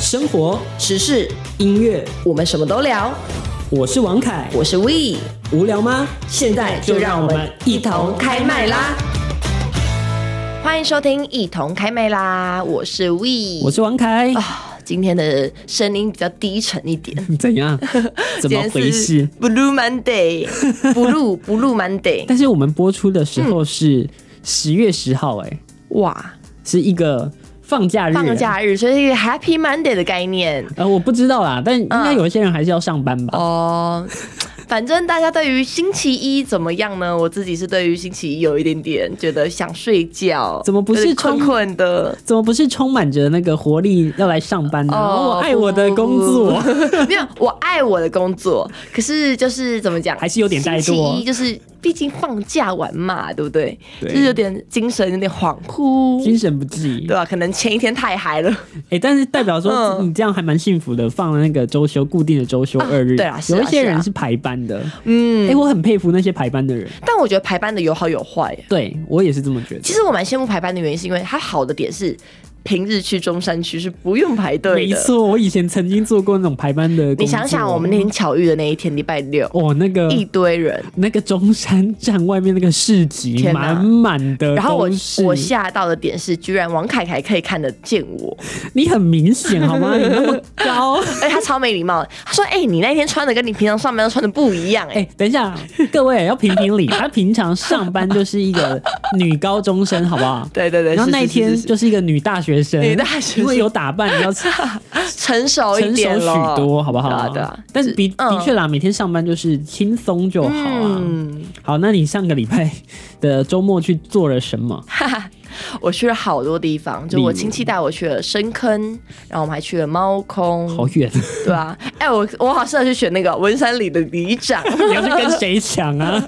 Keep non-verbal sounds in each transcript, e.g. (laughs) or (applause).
生活、时事，音乐，我们什么都聊。我是王凯。我是 We，无聊吗？现在就让我们一同开麦啦！欢迎收听《一同开麦啦》，我是 We，我是王凯。啊，今天的声音比较低沉一点。怎 (laughs) 样？怎么回事今天？是 (laughs)？Blue Monday，Blue Blue Monday，但是我们播出的时候是十月十号、哎、哇，是一个放假日、放假日，所以是一个 Happy Monday 的概念。呃，我不知道啦，但应该有一些人还是要上班吧。嗯哦，反正大家对于星期一怎么样呢？我自己是对于星期一有一点点觉得想睡觉，怎么不是有点困冲困的？怎么不是充满着那个活力要来上班呢？哦我爱我的工作， (laughs) 没有，我爱我的工作，可是就是怎么讲，还是有点怠惰星期一就是毕竟放假完嘛，对不对？对就是有点精神有点恍精惚，神不济对。啊吧、可能前一天太嗨了， (laughs) 哎、但是代表说嗯你这样还蛮幸福的，放了那个周休固定的周休二日。啊对啊是啊有一些是人啊是排班的。哎、嗯。我很佩服那些排班的人。但我觉得排班的有好有坏耶。对我也是这么觉得其。实我蛮羡慕排班的原因，是因为它好的点是，平日去中山区是不用排队没的。错，我以前曾经做过那种排班的工作。你想想，我们那天巧遇的那一天，礼拜六，哦，那个一堆人，那个中山站外面那个市集，天哪满满的都是。然后我我吓到的点是，居然王凯凯可以看得见我，你很明显好吗？你那么高。哎，他超没礼貌的。他说：“哎、你那天穿的跟你平常上班都穿的不一样、哎、哎、等一下，各位要评评理。她平常上班就是一个女高中生，好不好？对对对，然后是那一是是天是就是一个女大学生，女大学生因为有打扮， (laughs) 要成成熟一熟点许了多，好不好？对啊对啊，但是的嗯的确啦，每天上班就是轻松就好啊。嗯，好，那你上个礼拜的周末去做了什么？我去了好多地方，就我例如亲戚带我去了深坑，然后我们还去了猫空，好 (laughs) 远，对啊，哎、我我好适合去选那个文山里的 (laughs) 里长，你要去跟谁抢啊？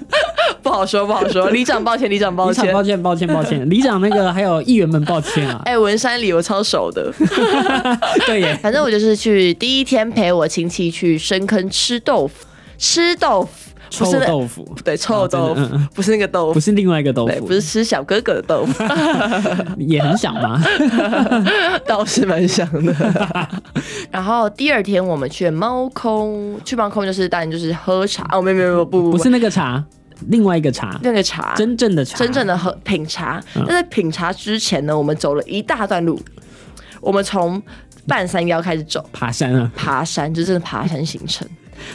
不好说不好说，里长抱歉里长抱里长歉，抱歉，抱歉，抱歉，里长那个还有议员们抱歉 (laughs) 啊。哎、文山里我超 (laughs) 熟的，对耶，反正我就是去第一天陪我亲戚去深坑吃豆腐，吃豆腐不臭是那豆腐对臭豆哦腐、真的嗯不是那个豆不腐。是另外一个豆对，腐，不是吃小哥哥的豆腐， (laughs) 也很想吗？倒是蛮想的。 (laughs) 然后第二天我们去猫空，去猫空就是当然就是喝茶哦，没有没有没有 (laughs) 不不不是那个茶，另外一个茶，那个茶，嗯真正的茶，啊真正的喝品茶。那、在品茶之前呢，我们走了一大段路，我们从半山腰开始走，爬山啊。爬山，就真的爬山行程。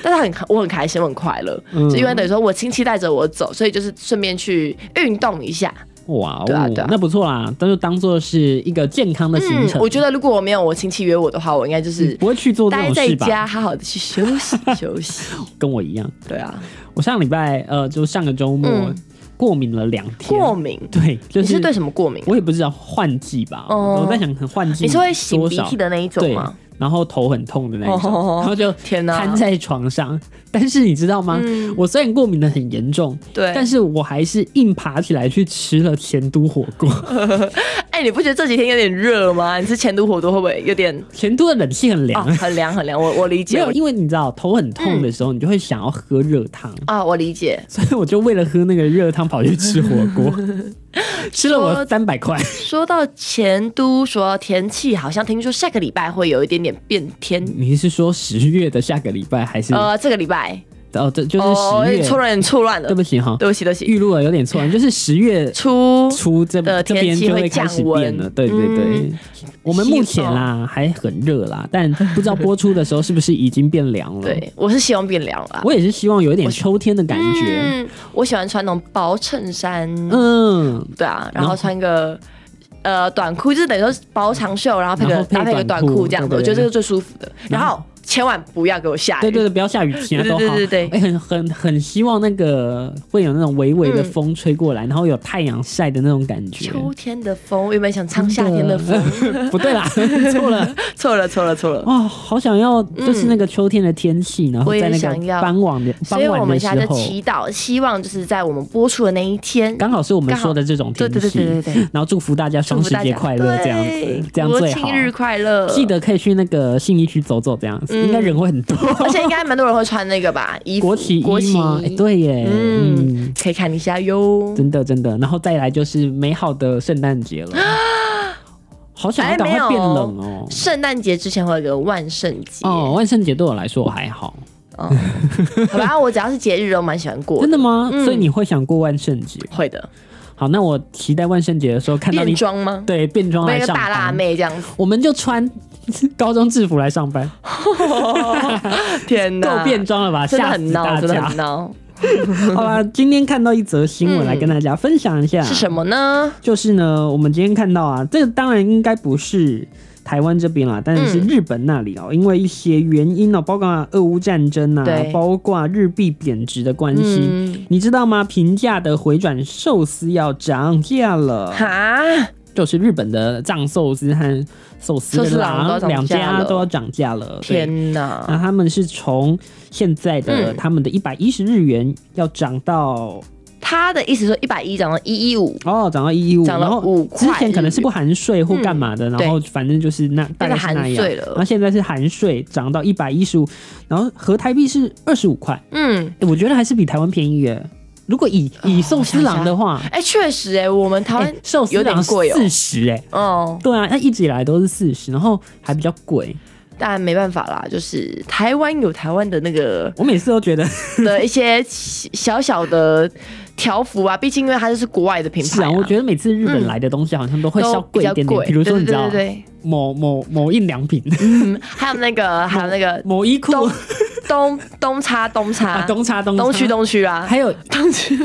但是很我很开心，我很快乐，嗯就因为等于说我亲戚带着我走，所以就是顺便去运动一下。哇哦，对啊对啊那不错啦，那就当做是一个健康的行嗯，程。我觉得如果我没有我亲戚约我的话，我应该就是不会去做这待种在事吧？家，好好的去休 (laughs) 息休息。跟我一样，对啊，我上礼拜呃，就上个周末、嗯过敏了两天。过敏，对，就你是是对什么过敏？我也不知道换季吧，哦我在想可能换季你是会擤多鼻少涕的那一种对吗？，然后头很痛的那一种，哦然后就天哪瘫在床上。 (laughs) 但是你知道吗？嗯我虽然过敏的很严重，对，但是我还是硬爬起来去吃了前都火锅。 (laughs) 哎、你不觉得这几天有点热吗？你是前途火多会不会有点前都的冷气很啊、凉，很凉很凉？我我理哎没解有，因为你知道头很痛的时嗯候，你就会想要喝热汤。 (laughs) 啊、我理解。所以我就为了喝那个热汤跑去吃火 (laughs) 锅，吃了我三百块。说到前都，说到天气，好像听说下个礼拜会有一点点变天。你是说十月的下个礼拜还是？呃，这个礼拜哦，这就是哦，十有月。点错乱，有点错乱了。对不起哈，对不起，对不起。预录了有点 (laughs) 错，就是十月初初这的这天边气就会会开始降温嗯变了。对对对，我们目前啦还很热啦，但不知道播出的时候是不是已经变凉了？， (laughs) 对，我是希望变凉了。我也是希望有一点秋天的感觉。嗯，我喜欢穿那种薄衬衫，嗯，对啊，然后穿个。呃，短裤就是等于说薄长袖，然后配个然后配搭配个短短裤裤这样子，对对我觉得对这个最舒服的。然后千万不要给我下雨，对对对，不要下雨天啊对都好。对对对对哎、很很很希望那个会有那种微微的嗯风吹过来，然后有太阳晒的那种感觉。秋天的风，我原本想唱夏天的风，风， (laughs) 不对啦，错 (laughs) 了。错了错了错了。哇、好想要，就是那个秋天的天气，然后嗯我也在那想个要傍晚的所傍以我晚们的现在时就候，祈祷，希望就是在我们播出的那一天，刚好是我们刚好说的这种对天气。对对对对对，然后祝福大家祝双福十大节家快乐，这样对子，这样国最好庆。日快乐，记。得可以去那个信义区走走，这样子、嗯应该人会很多。 (laughs) 而且应该蛮多人会穿那个吧，衣服国旗国一旗吗？哎，对耶，嗯嗯，可以看一下哟。 (gasps) 真的真的，然后再来就是美好的圣诞节了。好想要赶快变冷哦。圣诞节之前会有一个万圣节，哦，万圣节对我来说我还好，哦， (laughs) 好吧，我只要是节日都蛮喜欢过真的吗？嗯所以你会想过万圣节？会的，好，那我期待万圣节的时候看到变你装吗？对变装变来一个上大辣班，妹 (laughs) 这样子，我们就穿高中制服来上班，天哪，够变装了吧？真的吓很死大闹，真的家很！闹， (laughs) 好吧，今天看到一则新闻嗯来跟大家分享一下，是什么呢？就是呢，我们今天看到啊，这个当然应该不是台湾这边啦，但是嗯日本那里哦，因为一些原因哦，包括俄乌战争啊对，包括日币贬值的关系。嗯，你知道吗？平价的回转寿司要涨价了，嗯哈，就是日本的藏寿司和寿司寿司郎郎都要涨两价家了都要涨价了。对，天那哪，他们是从现在的、嗯他们的一百一十日元要涨到他的意思说一百一涨到一一五，哦，涨到一一五，涨了然后5之块嗯前可能是不含税或干嘛的，然后反正就是那大变概成是那含样。税然了后，现在是含税涨到一百一十五，然后合台币是二十五块，嗯。诶我觉得还是比台湾便宜耶。如果以啊以寿司郎的话，哎、确实哎、我们台湾、诶寿司有郎点贵哦四十哎，哦，对啊，它一直以来都是四十，然后还比较贵。但没办法啦，就是台湾有台湾的那个 (laughs) 我每次都觉得的一些小小的条幅啊，毕竟因为它就是国外的品是牌、啊，我觉得每次日本来的东西好像都会稍嗯都比贵一较点点，贵，比如说对你知对道对对，某某某印良品、嗯还有那个还有那个某衣库东东东叉东啊，叉东差东东差区东区啊，还有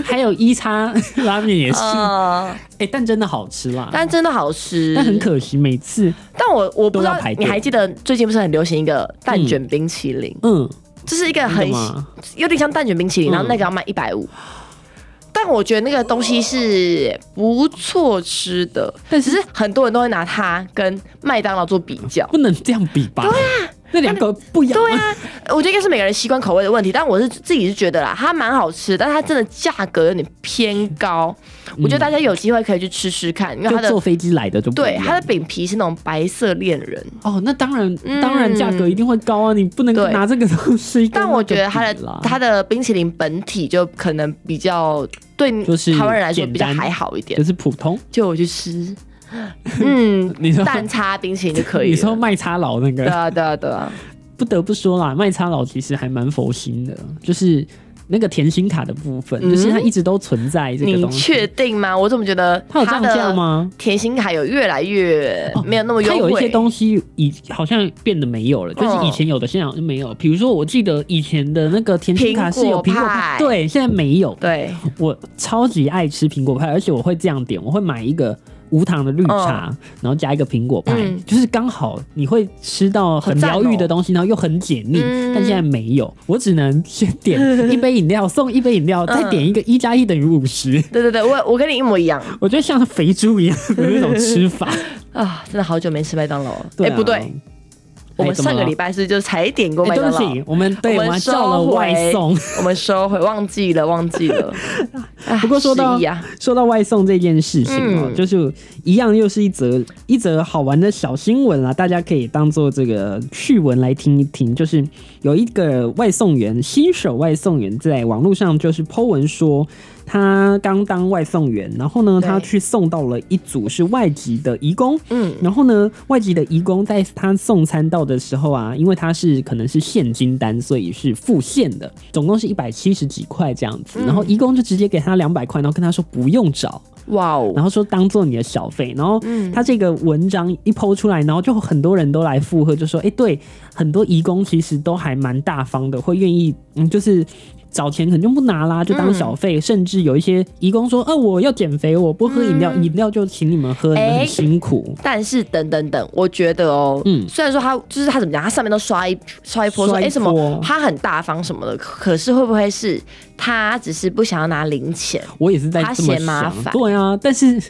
还有一叉 (laughs) 拉面也是，哎、嗯，但真的好吃啦，但真的 (laughs) 好吃，但很可惜，每次但我我不都知道要排队你还记得最近不是很流行一个蛋卷冰淇淋，嗯，这是一个很很吗？有点像蛋卷冰淇淋，嗯然后那个要卖一百五。但我觉得那个东西是不错吃的，但只是是很多人都会拿它跟麦当劳做比较。不能这样比吧？对啊，那两个不一样。对啊，我觉得应该是每个人习惯口味的问题，但我是自己是觉得啦，它蛮好吃，但它真的价格有点偏高。我觉得大家有机会可以去吃吃看，因为就它啊的坐飞机来的就不一对样它的饼皮是那种白色恋人，哦，那当然，嗯当然价格一定会高啊，你不能对拿这个东西跟那个比啦。嗯但我觉得它的它的冰淇淋本体就可能比较对就是台湾人来说简比较单还好一点就。是普通，就我去吃，嗯，你说蛋叉冰淇淋就 (laughs) 可以你了。说麦差佬那对个，啊，对啊，对啊，不得不说啦，麦差佬其实还蛮佛心的，就是那个甜心卡的部分，嗯就是它一直都存在这个你东西。确定吗？我怎么觉得它有涨价的吗？甜心卡有越来越没哦有那么优它惠？有一些东西已好像变得没有了，就是嗯以前有的现在好像没有。比如说，我记得以前的那个甜心卡是有苹苹果果派派，对，现在没有。对，我超级爱吃苹果派，而且我会这样点，我会买一个无糖的绿茶，然后加一个苹果派，嗯就是刚好你会吃到很疗愈的东西，然后又很解腻。嗯但现在没有，我只能先点一杯饮料，送一杯饮料，嗯再点一个一加一等于五十。对对对，我我跟你一模一样我觉得像肥猪一样的那种吃法。啊！真的好久没吃麦当劳了。对 (laughs) 哎，啊不对，我们上个礼拜是就才点过哎麦对当不劳，起，我们对我我们们还叫了收回外送。 (laughs) 我们收回，忘记了，忘记了。不过说到哎失忆啊，说到外送这件事情哦、嗯就是一样又是一则一则好玩的小新闻啊啦，大家可以当做这个趣闻来听一听。就是有一个外送员，新手外送员在网络上就是 Po 文说，他刚当外送员，然后呢，对他去送到了一组是外籍的移工，嗯，然后呢，外籍的移工在他送餐到的时候啊，因为他是可能是现金单，所以是付现的，总共是一百七十几块这样嗯子。然后移工就直接给他两百块，然后跟他说不用找，哇哦，然后说当做你的小费。然后嗯他这个文章一抛出来，然后就很多人都来附和，就说：“哎，对，很多移工其实都还蛮大方的，会愿意，嗯，就是。”找钱可能就不拿啦，就当小费，嗯甚至有一些义工说：“啊，我要减肥，我不喝饮料，饮、料就请你们喝，你们哎很辛苦。但是等等等，我觉得哦，嗯虽然说他就是他怎么讲，他上面都刷一刷一波说，刷哎、一什么波他很大方什么的，可是会不会是他只是不想要拿 (laughs) 零钱，我也是在他这么嫌麻想，烦对啊，但是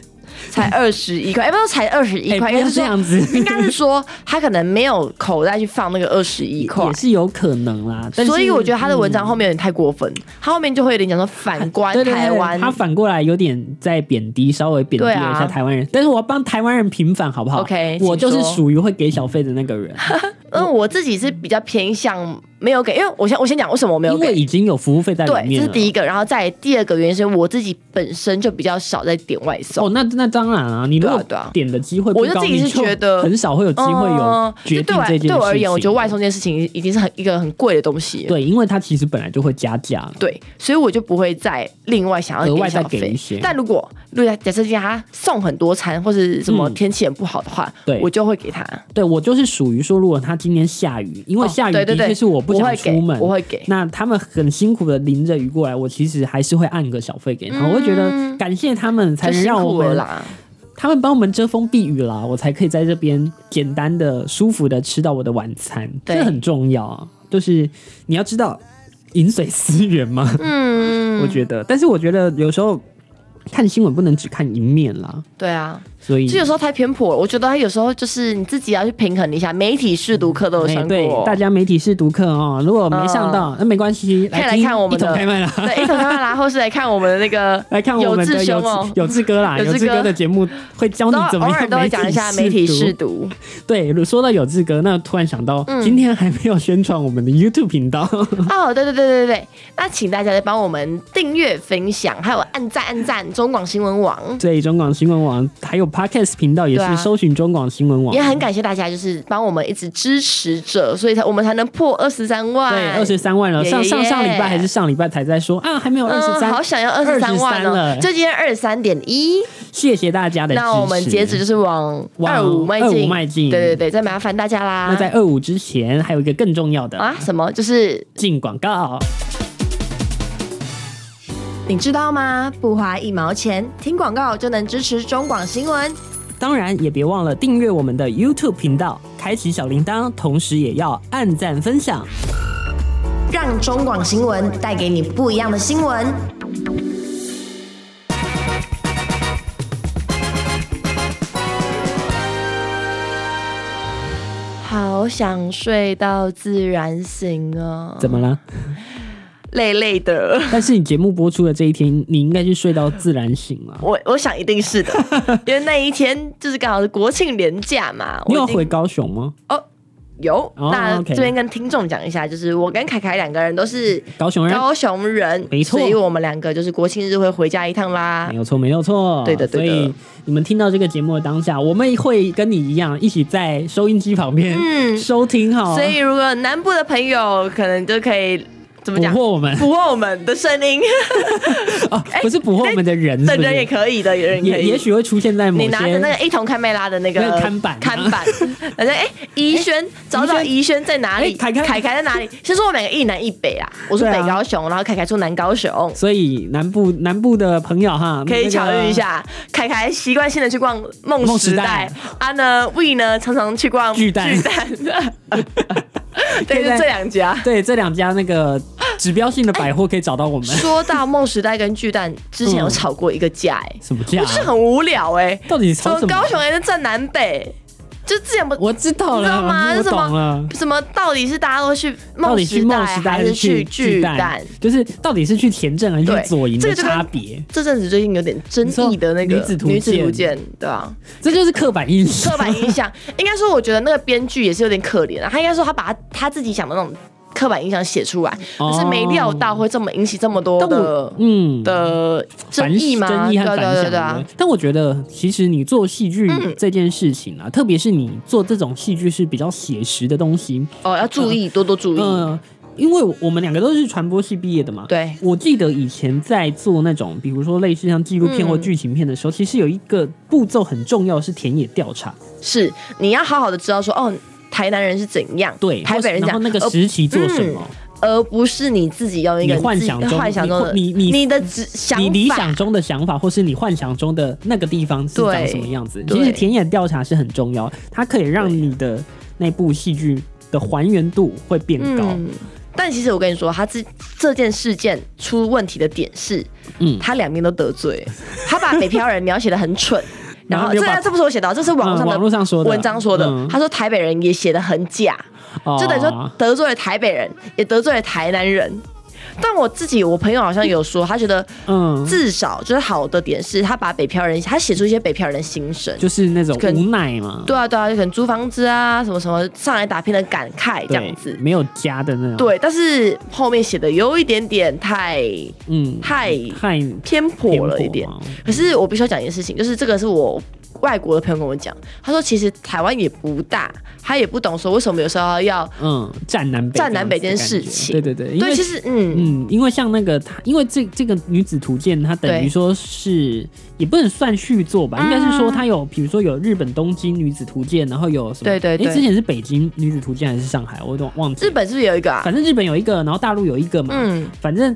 才二十一块，哎、不是才二十一哎、块，不应该要是这说，样子，应该是说他可能没有口袋去放那个二十一块也。是有可能啦。但是所以我觉得他的文章后面有点太过分，他后面就会有点讲说反观对对对台湾，他反过来有点在贬低，稍微贬低了对一啊下台湾人。但是我要帮台湾人平反，好不好 OK，我就是请说属 (laughs) 于会给小费的那个人。嗯，我自己是比较偏向没有给，因为我先我先讲为什么我没有因为给。已经有服务费在里对，这面啊是了。第一个，然后再第二个原因是我自己本身就比较少在点外送，哦，那那当然啊，你如对啊果对啊点的机会不我就高，自己你是觉得很少会哦有机会有嗯决就对定这我件事情。对我而言，我觉得外送这件事情已经是很一个很贵的东西了。对，因为它其实本来就会加价了。对，所以我就不会再另外想要额给外再小给费一些但如果如果假设今天他送很多餐，或是什么嗯天气很不好的话，对我就会给他。对我就是属于说，如果他今天下雨，因为哦下雨对的对确对是我不想会给出门，我会给。那他们很辛苦的淋着雨过来，我其实还是会按个小费给他，我会觉得感谢他们才嗯就能辛让我苦了们，啦，他们帮我们遮风避雨啦，我才可以在这边简单的、舒服的吃到我的晚餐，对这很重要啊。就是你要知道饮水思源嘛，嗯，我觉得，但是我觉得有时候看新闻不能只看一面啦，对啊，所以就有时候太偏颇了。我觉得他有时候就是你自己要去平衡一下，媒体试读课都有哎上对过，嗯大家媒体是读客哦，如果没上到，那没关系，可以来听看我们一同的开麦啦。对，一同看看啦，或是来看我们的那个 (laughs) 来看我们的有志有兄哦有志哥啦， (laughs) 有有志志哥哥的节目会教你都怎么偶样尔都会讲一下媒体试嗯试读。读，对，说到有志哥，那突然想到、今天还没有宣传我们的 YouTube 频道， (laughs) 哦，对对对对对，那请大家再帮我们订阅、分享，还有按赞、按赞中广新闻网，对，中广新闻网还有 Podcast 频道也对是啊搜寻中广新闻网也。很感谢大家，就是帮我们一直支持着，所以才我们才能破二十三万，对，二十三万了，耶上上耶上礼拜还是上礼拜才在说啊，还没有二十嗯，三好，想要二十三23万了哦，就今天二十三点一，谢谢大家的支持。那我们截止就是往往二五迈25进，迈进对对对，再麻烦大家啦。那在二五之前还有一个更重要的啊什么？就是进广告，你知道吗？不花一毛钱，听广告就能支持中广新闻。当然也别忘了订阅我们的 YouTube 频道，开启小铃铛，同时也要按赞分享。让中广新闻带给你不一样的新闻。好想睡到自然醒哦，怎么了？累累的？但是你节目播出的这一天，你应该是睡到自然醒了。我我想一定是 (laughs) 的，因为那一天就是刚好是国庆连假嘛。你我有已经回高雄吗？有，哦那 OK 这边跟听众讲一下，就是我跟凯凯两个人都是高雄人，高雄人，没错所以我们两个就是国庆日会回家一趟啦没。有错，没有错。啊对的对的所以你们听到这个节目的当下，我们会跟你一样，一起在收音机旁边、嗯收听好，所以如果南部的朋友，可能就可以怎么捕讲，获我 (laughs) 们捕获我们的声 (laughs) 音，哦，哎不是捕获我们的人，的 (laughs) 是不人是也可以的，人也可也以。也许会出现在某你拿着些那个一同看妹拉的那个那个看板啊看 (laughs) 板，反正哎，宜轩找找宜轩在哪哎里？凯凯凯凯在哪里？ (laughs) 先说我们两个一南一北啊，我住对北啊高雄，然后凯凯住南高雄，所以南部南部的朋友哈， (laughs) 可那以个巧遇一。下。凯凯习惯性的去逛梦梦时时代代，啊呢 We 呢常常去逛巨蛋巨蛋， (laughs) (laughs) 对，以在就这两家。对这两家那 (gasps) 个指标性的百哎货可以找到我们， (laughs) 说到梦时代跟巨蛋，之前有嗯吵过一个架，哎，什么价啊不？是很无聊哎、到底什炒么嗯什么？高雄人在站南北，就之前不我知道你知道吗了，我是什么懂了。什么到底是大家都去到梦底去时梦代时代还是是去巨巨蛋蛋？，就是到底是去田镇还是去对左营这的个就跟差别？这阵子最近有点争议的那个你说女子图鉴图鉴，对啊，这就是刻板印象。刻板印象。应该说，我觉得那个编剧也是有点可怜啊。他应该说他把他他自己想的那种刻板印象写出来，哦可是没料到会这么引起这么多但的我嗯的争议吗？争议和对啊反对啊响对啊对啊的。但我觉得，其实你做戏剧嗯这件事情啊，特别是你做这种戏剧是比较写实的东西，哦，要注意，多多注意。嗯、因为我们两个都是传播系毕业的嘛，对，我记得以前在做那种，比如说类似像纪录片嗯或剧情片的时候，其实有一个步骤很重要，是田野调查，是你要好好的知道说，哦，台南人是怎样，对，台北人或是然后呃嗯怎样，那个而时期做什么，而不是你自己用一个你幻自己想中幻想中的你你你的只想法你理想中的想法，或是你幻想中的那个地方是长对什么样子。对其实田野调查是很重要，它可以让你的那部戏剧的还原度会变高。嗯，但其实我跟你说，他这这件事件出问题的点是，嗯他两边都得罪，他把北漂人描写的很蠢，然 (laughs) 然后后没有这把这不是我写的哦，这是网嗯络网络上说的文章说的嗯，他说台北人也写的很假，哦就等于说得罪了台北人，也得罪了台南人。但我自己，我朋友好像有说，他觉得嗯，至少就是好的点是，他把北漂人，他写出一些北漂人的心声。就是那种可能无奈嘛，对啊，对啊，就可能租房子啊，什么什么上来打拼的感慨这对，样子。没有家的那种，，对，但是后面写的有一点点太嗯，太太偏颇了一偏点颇。嘛可是我必须要讲一件事情，就是这个是我外国的朋友跟我讲，他说其实台湾也不大，他也不懂说为什么有时候要嗯，站南北站南北这样子的这件感觉事情对对对，因对，为其实嗯嗯，因为像那个她，因为这这个女子图鉴，它等于对嗯说是也不能算续作吧，应该是说它有，比如说有日本东京女子图鉴，然后有什么？对对对诶之前是北京女子图鉴还是上海？我有点忘记。日本是不是有一个啊？反正日本有一个，然后大陆有一个嘛，嗯，反正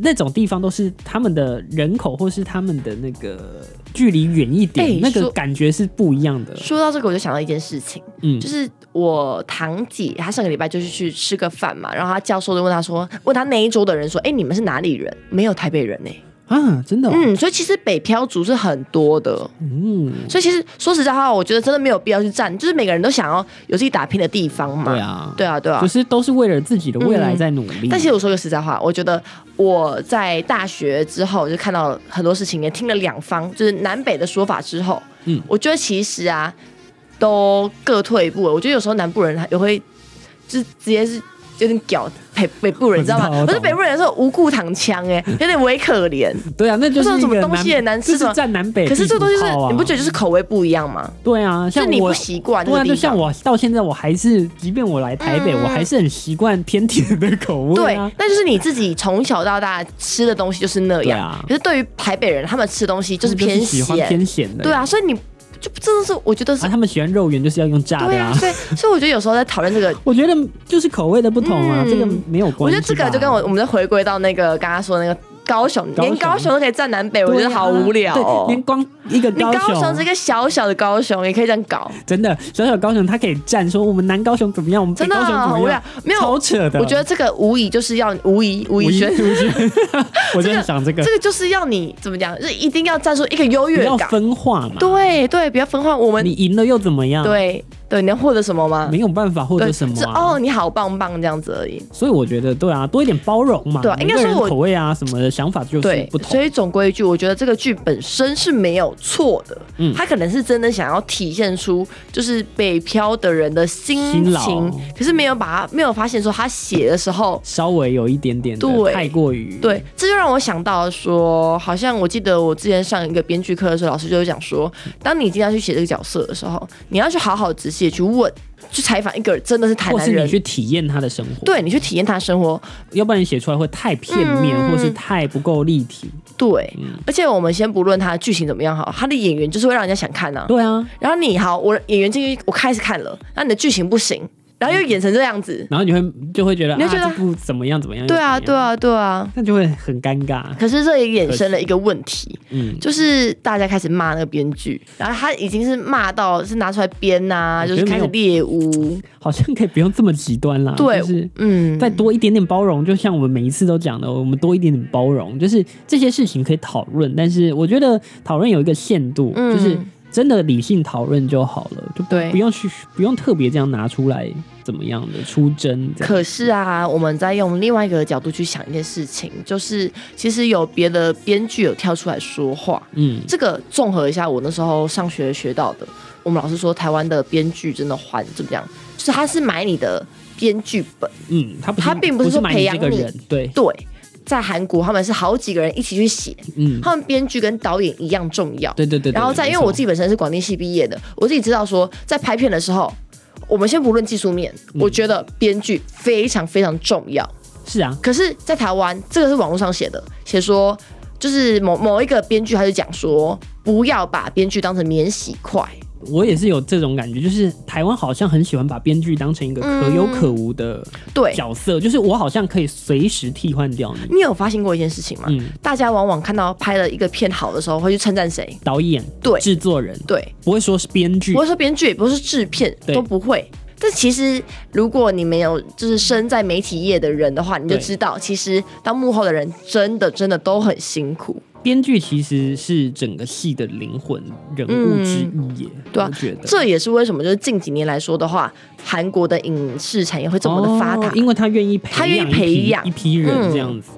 那种地方都是他们的人口或是他们的那个距离远一点，诶那个说感觉是不一样的。说到这个，我就想到一件事情，嗯就是我堂姐，她上个礼拜就是去吃个饭嘛，然后她教授就问她说，问她那一桌的人说，哎、你们是哪里人？没有台北人呢、啊，真的、哦，嗯，所以其实北漂族是很多的，嗯，所以其实说实在话，我觉得真的没有必要去站，就是每个人都想要有自己打拼的地方嘛。对，啊，对啊，对啊就。是都是为了自己的未来嗯在努力。但其实我说个实在话，我觉得我在大学之后就看到了很多事情，也听了两方就是南北的说法之后，嗯嗯，我觉得其实啊，都各退一步了。我觉得有时候南部人也会就是直接是有点屌北北部我人，你知知道道吗？ (laughs) 我我是懂北部人的时候无故躺枪哎、有点微可怜。对啊，那就是那种什一么个东西也难吃就是什么占南北、可是这个东西是、你不觉得？得就是口味不一样吗？啊对啊，就像是你我不。习惯这对个啊，地就方。像我到现在，我还是，即便我来台北，嗯我还是很习惯偏甜的口味对啊。，那就是你自己从小到大吃的东西就是那对样。啊可是对于台北人，他们吃东西就是偏喜欢咸，偏咸的。对啊，所以你就真的是我觉得是，啊，他们喜欢肉圆就是要用炸对的啊，所以所以我觉得有时候在讨 (laughs) 论这个，我觉得就是口味的不同啊，嗯这个没有关系吧。我觉得这个就跟我我们再回归到那个刚刚说的那个高雄，高雄连高雄都可以站南北，我觉对啊得好无聊哦对，。连光一个你高高雄雄，这个小小的高雄也可以这样搞，真的小小高雄，他可以站说我们南高雄怎么样，我们北真的啊高雄怎好么无样聊，，没有。超扯的。我觉得这个无疑就是要无疑无 (laughs) 吴疑亦轩，轩，我就在想这个这，个就是要你怎么讲，就是一定要站出一个优不越要感。分化嘛。对对，不要分化我们你赢了又怎么样？对对，你能获得什么吗？没有办法获对得什么是啊、哦，你好棒棒这样子而已。所以我觉得对啊，多一点包容嘛。对啊每个应该说人我口味啊什么的想法就是对不，同所。以总归一句，我觉得这个剧本身是没有错的。嗯他可能是真的想要体现出就是北漂的人的心辛劳情，可是没有把他没有发现说他写的时候。稍微有一点点的对太过于对，这就让我想到说，好像我记得我之前上一个编剧课的时候，老师就会讲说，当你今天要去写这个角色的时候，你要去好好仔细地去问，去采访一个真的是台或南是你人，去体验他的生活，，对你去体验他的生活，要不然你写出来会太片面，嗯或是太不够立体。对，嗯而且我们先不论他的剧情怎么样好，他的演员就是会让人家想看呐、对啊，然后你好，我演员进去，我开始看了，那你的剧情不行，然后又演成这样子，然后你会就会觉得你会觉得啊，这部怎么样怎么样？对啊，又怎对么样，啊，对啊。那就会很尴尬。可是这也衍生了一个问题，嗯，就是大家开始骂那个编剧，然后他已经是骂到是拿出来编呐、我觉就得是开始猎污，好像可以不用这么极端啦。对就是嗯，再多一点点包容，就像我们每一次都讲的，我们多一点点包容，就是这些事情可以讨论，但是我觉得讨论有一个限度，嗯就是真的理性讨论就好了，就对不用去不用特别这样拿出来怎么样的出征这样。可是啊，我们再用另外一个角度去想一件事情，就是其实有别的编剧有跳出来说话，嗯，这个综合一下，我那时候上学学到的，我们老师说台湾的编剧真的还怎么样？就是他是买你的编剧本，嗯，他不是他并不不是说买培你养这个你人，对，对。在韩国，他们是好几个人一起去写，嗯，他们编剧跟导演一样重要。对对对对。然后再，因为我自己本身是广电系毕业的，我自己知道说，在拍片的时候，我们先不论技术面，嗯我觉得编剧非常非常重要。己是啊，可是，在台湾，这个是网络上写的，写说就是某某一个编剧，他就讲说，不要把编剧当成免洗块。我也是有这种感觉，就是台湾好像很喜欢把编剧当成一个可有可无的嗯对，嗯角色，就是我好像可以随时替换掉你。你有发现过一件事情吗？嗯，大家往往看到拍了一个片好的时候，会去称赞谁？导演、对制作人，对，不会说是编剧不，是说编剧，也不是制片，对都不会。但其实，如果你没有就是身在媒体业的人的话，你就对知道，其实当幕后的人真的真的都很辛苦。编剧其实是整个戏的灵魂人物之一耶，对啊我觉得这也是为什么，就是近几年来说的话，韩国的影视产业会这么的发达，哦因为他愿意培他愿意养一批一培养嗯批人这样子，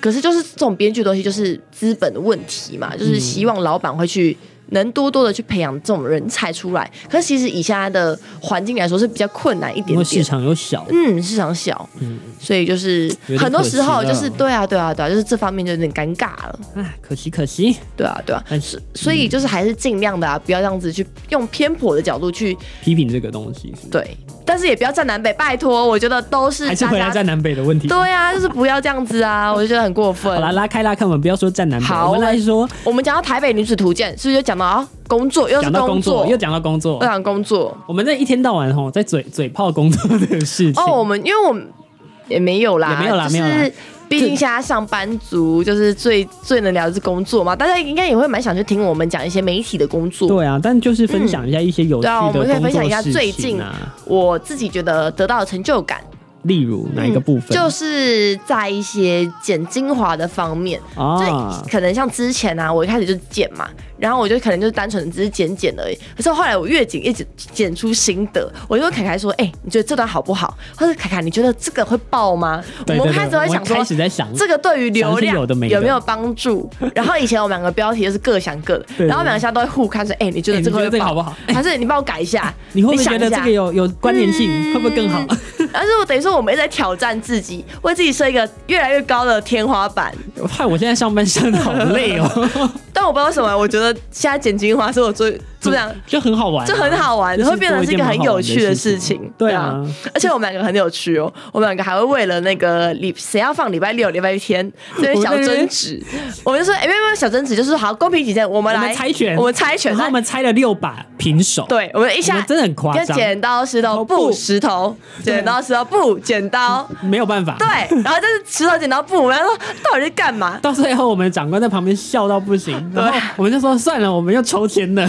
可是就是这种编剧的东西，就是资本的问题嗯嘛，就是希望老板会去能多多的去培养这种人才出来。可是其实以现在的环境来说是比较困难一因点为市点。场又小，嗯，市场小，嗯，所以就是有点很多时候可惜就了是对啊，对啊，对啊，就是这方面就有点尴尬了。哎，可惜可惜，对啊，对啊，但是所以就是还是尽量的啊，不要这样子去用偏颇的角度去批评这个东西是，，对，但是也不要站南北，拜托，我觉得都是还是大回来家在南北的问题。对啊，就是不要这样子啊，我就觉得很过分好。啦，拉开拉开，我们不要说站南北，好我们来说 (laughs) 我们讲到台北女子图鉴，是不是就讲到啊工作，又是讲到工作，啊作，又讲到工作又，讲工作。我们这一天到晚吼在嘴嘴炮工作的事情。啊哦，我们因为我们也没有啦，也没有啦就没有是啦毕竟现在上班族就是最最能聊的是工作嘛，大家应该也会蛮想去听我们讲一些媒体的工作。对啊，但就是分享一下一些有趣对啊的我工们可作以分享一下事最情近啊，我自己觉得得到的成就感，例如哪一个部分？嗯就是在一些剪精华的方面。啊就，可能像之前啊，我一开始就剪嘛，然后我就可能就是单纯只是剪剪而已。可是后来我越剪，一直剪出心得，我就跟凯凯说：“哎、你觉得这段好不好？”或者凯凯，你觉得这个会爆吗？对我对们对，开始会我想说开，始在想这个对于流想量是有的没的没有帮助？然后以前我们两个标题就是各想各的，对然后我们两个现在都会互看说：“哎、你觉哎得你这个觉得会这个爆好不好？还是你帮我改一下？ (laughs) 你会不会想觉一得这下嗯个有有关联性，会不会更好？ (laughs) 但是我等于说，我们一直在挑战自己，为自己设一个越来越高的天花板。害我现在上班上的好累 (laughs) 哦，但我不知道为什么，我觉得现在剪精华是我最怎么样，就很好玩啊，就很好玩，就是会变成是一个很有趣的事情。对啊，而且我们两个很有趣哦，我们两个还会为了那个礼谁要放礼拜六、礼拜天这 (laughs) 边小争执，我们就说哎，没有没有小争执，就是好公平起见，我们我来们猜拳我们猜拳，然后我们猜了六把平手，对，我们一我下们真的很夸跟张剪刀石头不布石头，对剪刀石头布剪刀，没有办法。对，然后就是石头剪刀布，我们说到底是干嘛？到最后，我们长官在旁边笑到不 (laughs) 行，然后我们就说算了，我们又抽签了，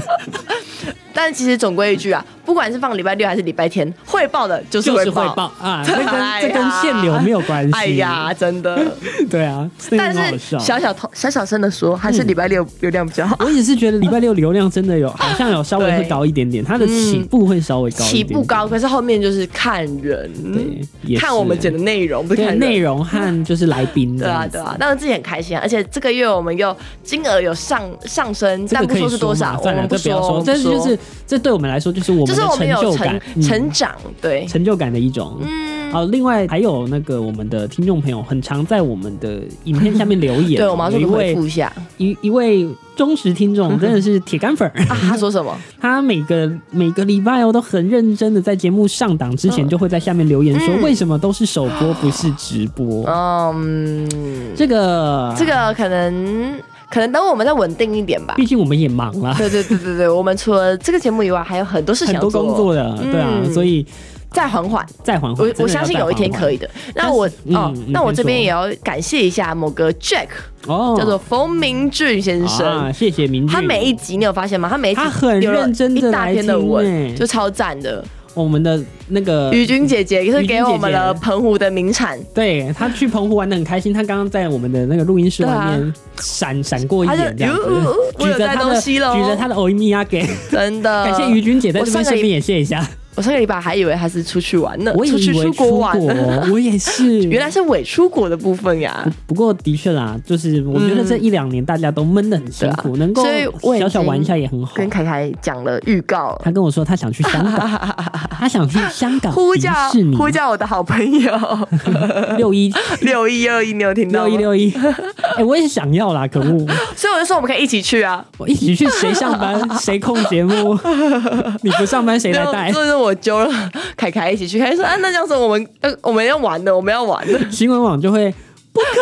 但其实总归一句啊，不管是放礼拜六还是礼拜天，汇报的 (laughs) 就是就是汇汇报。报啊， (laughs) 这跟哎呀这跟限流没有关系。哎呀，，真 (laughs) 的！对啊，这个但很好是笑。嗯小小头小小声的说，还是礼拜六流量比 (laughs) 较好。我也是觉得礼拜六流量真的有，好像有稍微会高一点点，它的起步会稍微高一起点点步，高，可是后面就是看人，对也是看我们剪的内容，不是看对人内。容和就是来宾对这啊，样子对啊，但是自己很开心啊，而且这个月我们又金额有上上升，这但个不可以说是多吗少，我算了，们这不要说，我们但不是说就是这对我们来说就是我们就是的我成们有就感成，嗯成长，对，成就感的一种。嗯，好，另外还有那个我们的听众朋友，很常在我们的影片下面留 (laughs) 言，对，我们要有一说回位复一下一一位忠实听 (laughs) 众，真的是铁杆粉儿。啊，他说什么？他每个每个礼拜哦都很认真的在节目上档之前就会在下面留言说，嗯为什么都是首播不是直播？嗯，这个这，个可能可能等我们再稳定一点 (laughs) 吧。毕竟我们也忙啦，对对对对对，我们除了这个节目以外，还有很多事情很要多工作哦的，对啊，嗯所以再缓缓。再缓缓我。我相信有一天可以以的。那我但是哦嗯，那你我先这边说也要感谢一下某个 Jack，哦，叫做冯明俊先啊，生。谢谢明俊，他每一集你有发现吗？他每一集他很有了认真地一大来篇的听文，欸就超赞的。我们的那个于君姐姐也是于君给我姐们姐了澎湖的名 (laughs) 产，对他去澎湖玩的很开心，他刚刚在我们的那个录音室对外啊面闪闪过一他就眼这样子哟哦哦，我举有着带他东的西举喽着他的欧米亚给，真的。感谢于君姐在我这边上个顺礼便也谢一下，我上个礼拜还以为他是出去玩呢，我以呃出去为出国国玩呢， (laughs) 我也是， (laughs) 原来是伪出国的部分 (laughs) 呀。不过的确啦，就是我觉得这一两年大家都闷得很辛苦，能够嗯所以我已小小玩一经下也很好。跟凯凯讲了预告，他跟我说他想去香港， (laughs) 他想去香港呼迪叫士尼呼叫我的好朋 (laughs) 友六 (laughs) 一六一二一，你有听到六吗？一六一， (laughs) 哎，我也想要啦，可恶！所以我就说我们可以一起去啊。我一起去，谁上 (laughs) 班谁控节目， (laughs) 你不上班谁来带就？就是我揪了凯凯一起去，凯凯说啊，那这样子我们 (laughs) 呃我们要玩的，我们要玩 (laughs) 的，新闻网就会可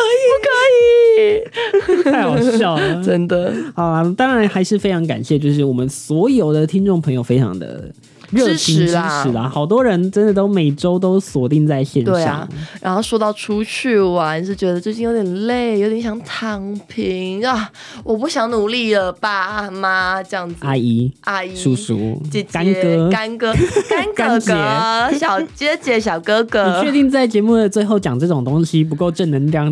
以，太好笑了。真的啊好啦，当然还是非常感谢，就是我们所有的听众朋友，非常的热支情支持持啦。啦，好多人真的都每周都锁定在线对上啊，然后说到出去玩，是觉得最近有点累，有点想躺平啊，我不想努力了，爸妈这样子，阿姨、阿姨、叔、叔、嗯姐姐、干哥。(laughs) 干哥、干哥干哥、小姐姐、小 (laughs) 哥你哥确，定在节目的最后讲这种东西不够正能量？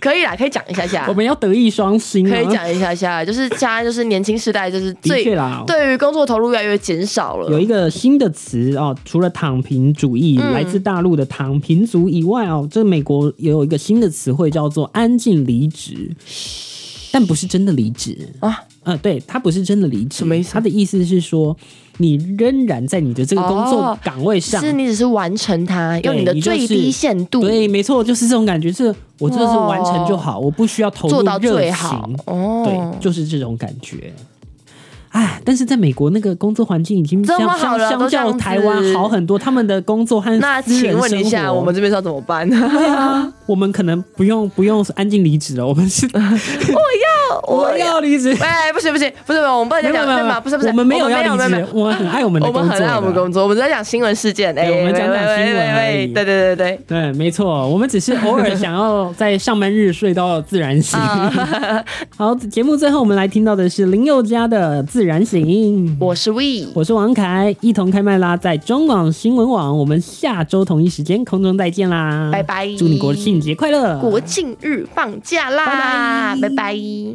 可以啦，可以讲一下下我。们要德艺双馨啊！啊可以讲一下下，就是现在就是年轻时代，就是哦的最确啦，对于工作投入越来越减少了。有一个新的词哦，除了躺平主义，嗯来自大陆的躺平族以外哦，这美国也有一个新的词汇叫做安静离职，但不是真的离职啊。呃，对，它不是真的离职，什么意思它的意思是说，你仍然在你的这个工作哦岗位上，是你只是完成它，对用你的你就是最低限度对，没错，就是这种感觉，是我真的是完成就好，我不需要投入哦做到热最情好。哦对，，就是这种感觉。哎，但是在美国那个工作环境已经这相么好相了相都这较样子台湾好很多，他们的工作和那私人请问一生下，活啊我们这边是要怎么办？ (laughs) 我们可能不用不用安静离职了，我们是我要离职，哎，不行不行，不是不是，我们不能没有没再讲有对没嘛，有，不是不是，我们没有没要离没有职，我们很爱我们的 (laughs) 我工们作很爱的我们工作，我们在讲新闻事件，哎，对我们讲喂讲新闻喂喂而喂已对对对对。对，没错，我们只是偶尔 (laughs) 想要在上班日睡到自然醒。啊 (laughs) 啊好，节目最后我们来听到的是林宥嘉的《自然醒》。我是 We，我是王凯，一同开麦啦，在中广新闻网，我们下周同一时间空中再见啦，拜拜祝你国庆节快乐，国庆日放假啦，拜拜拜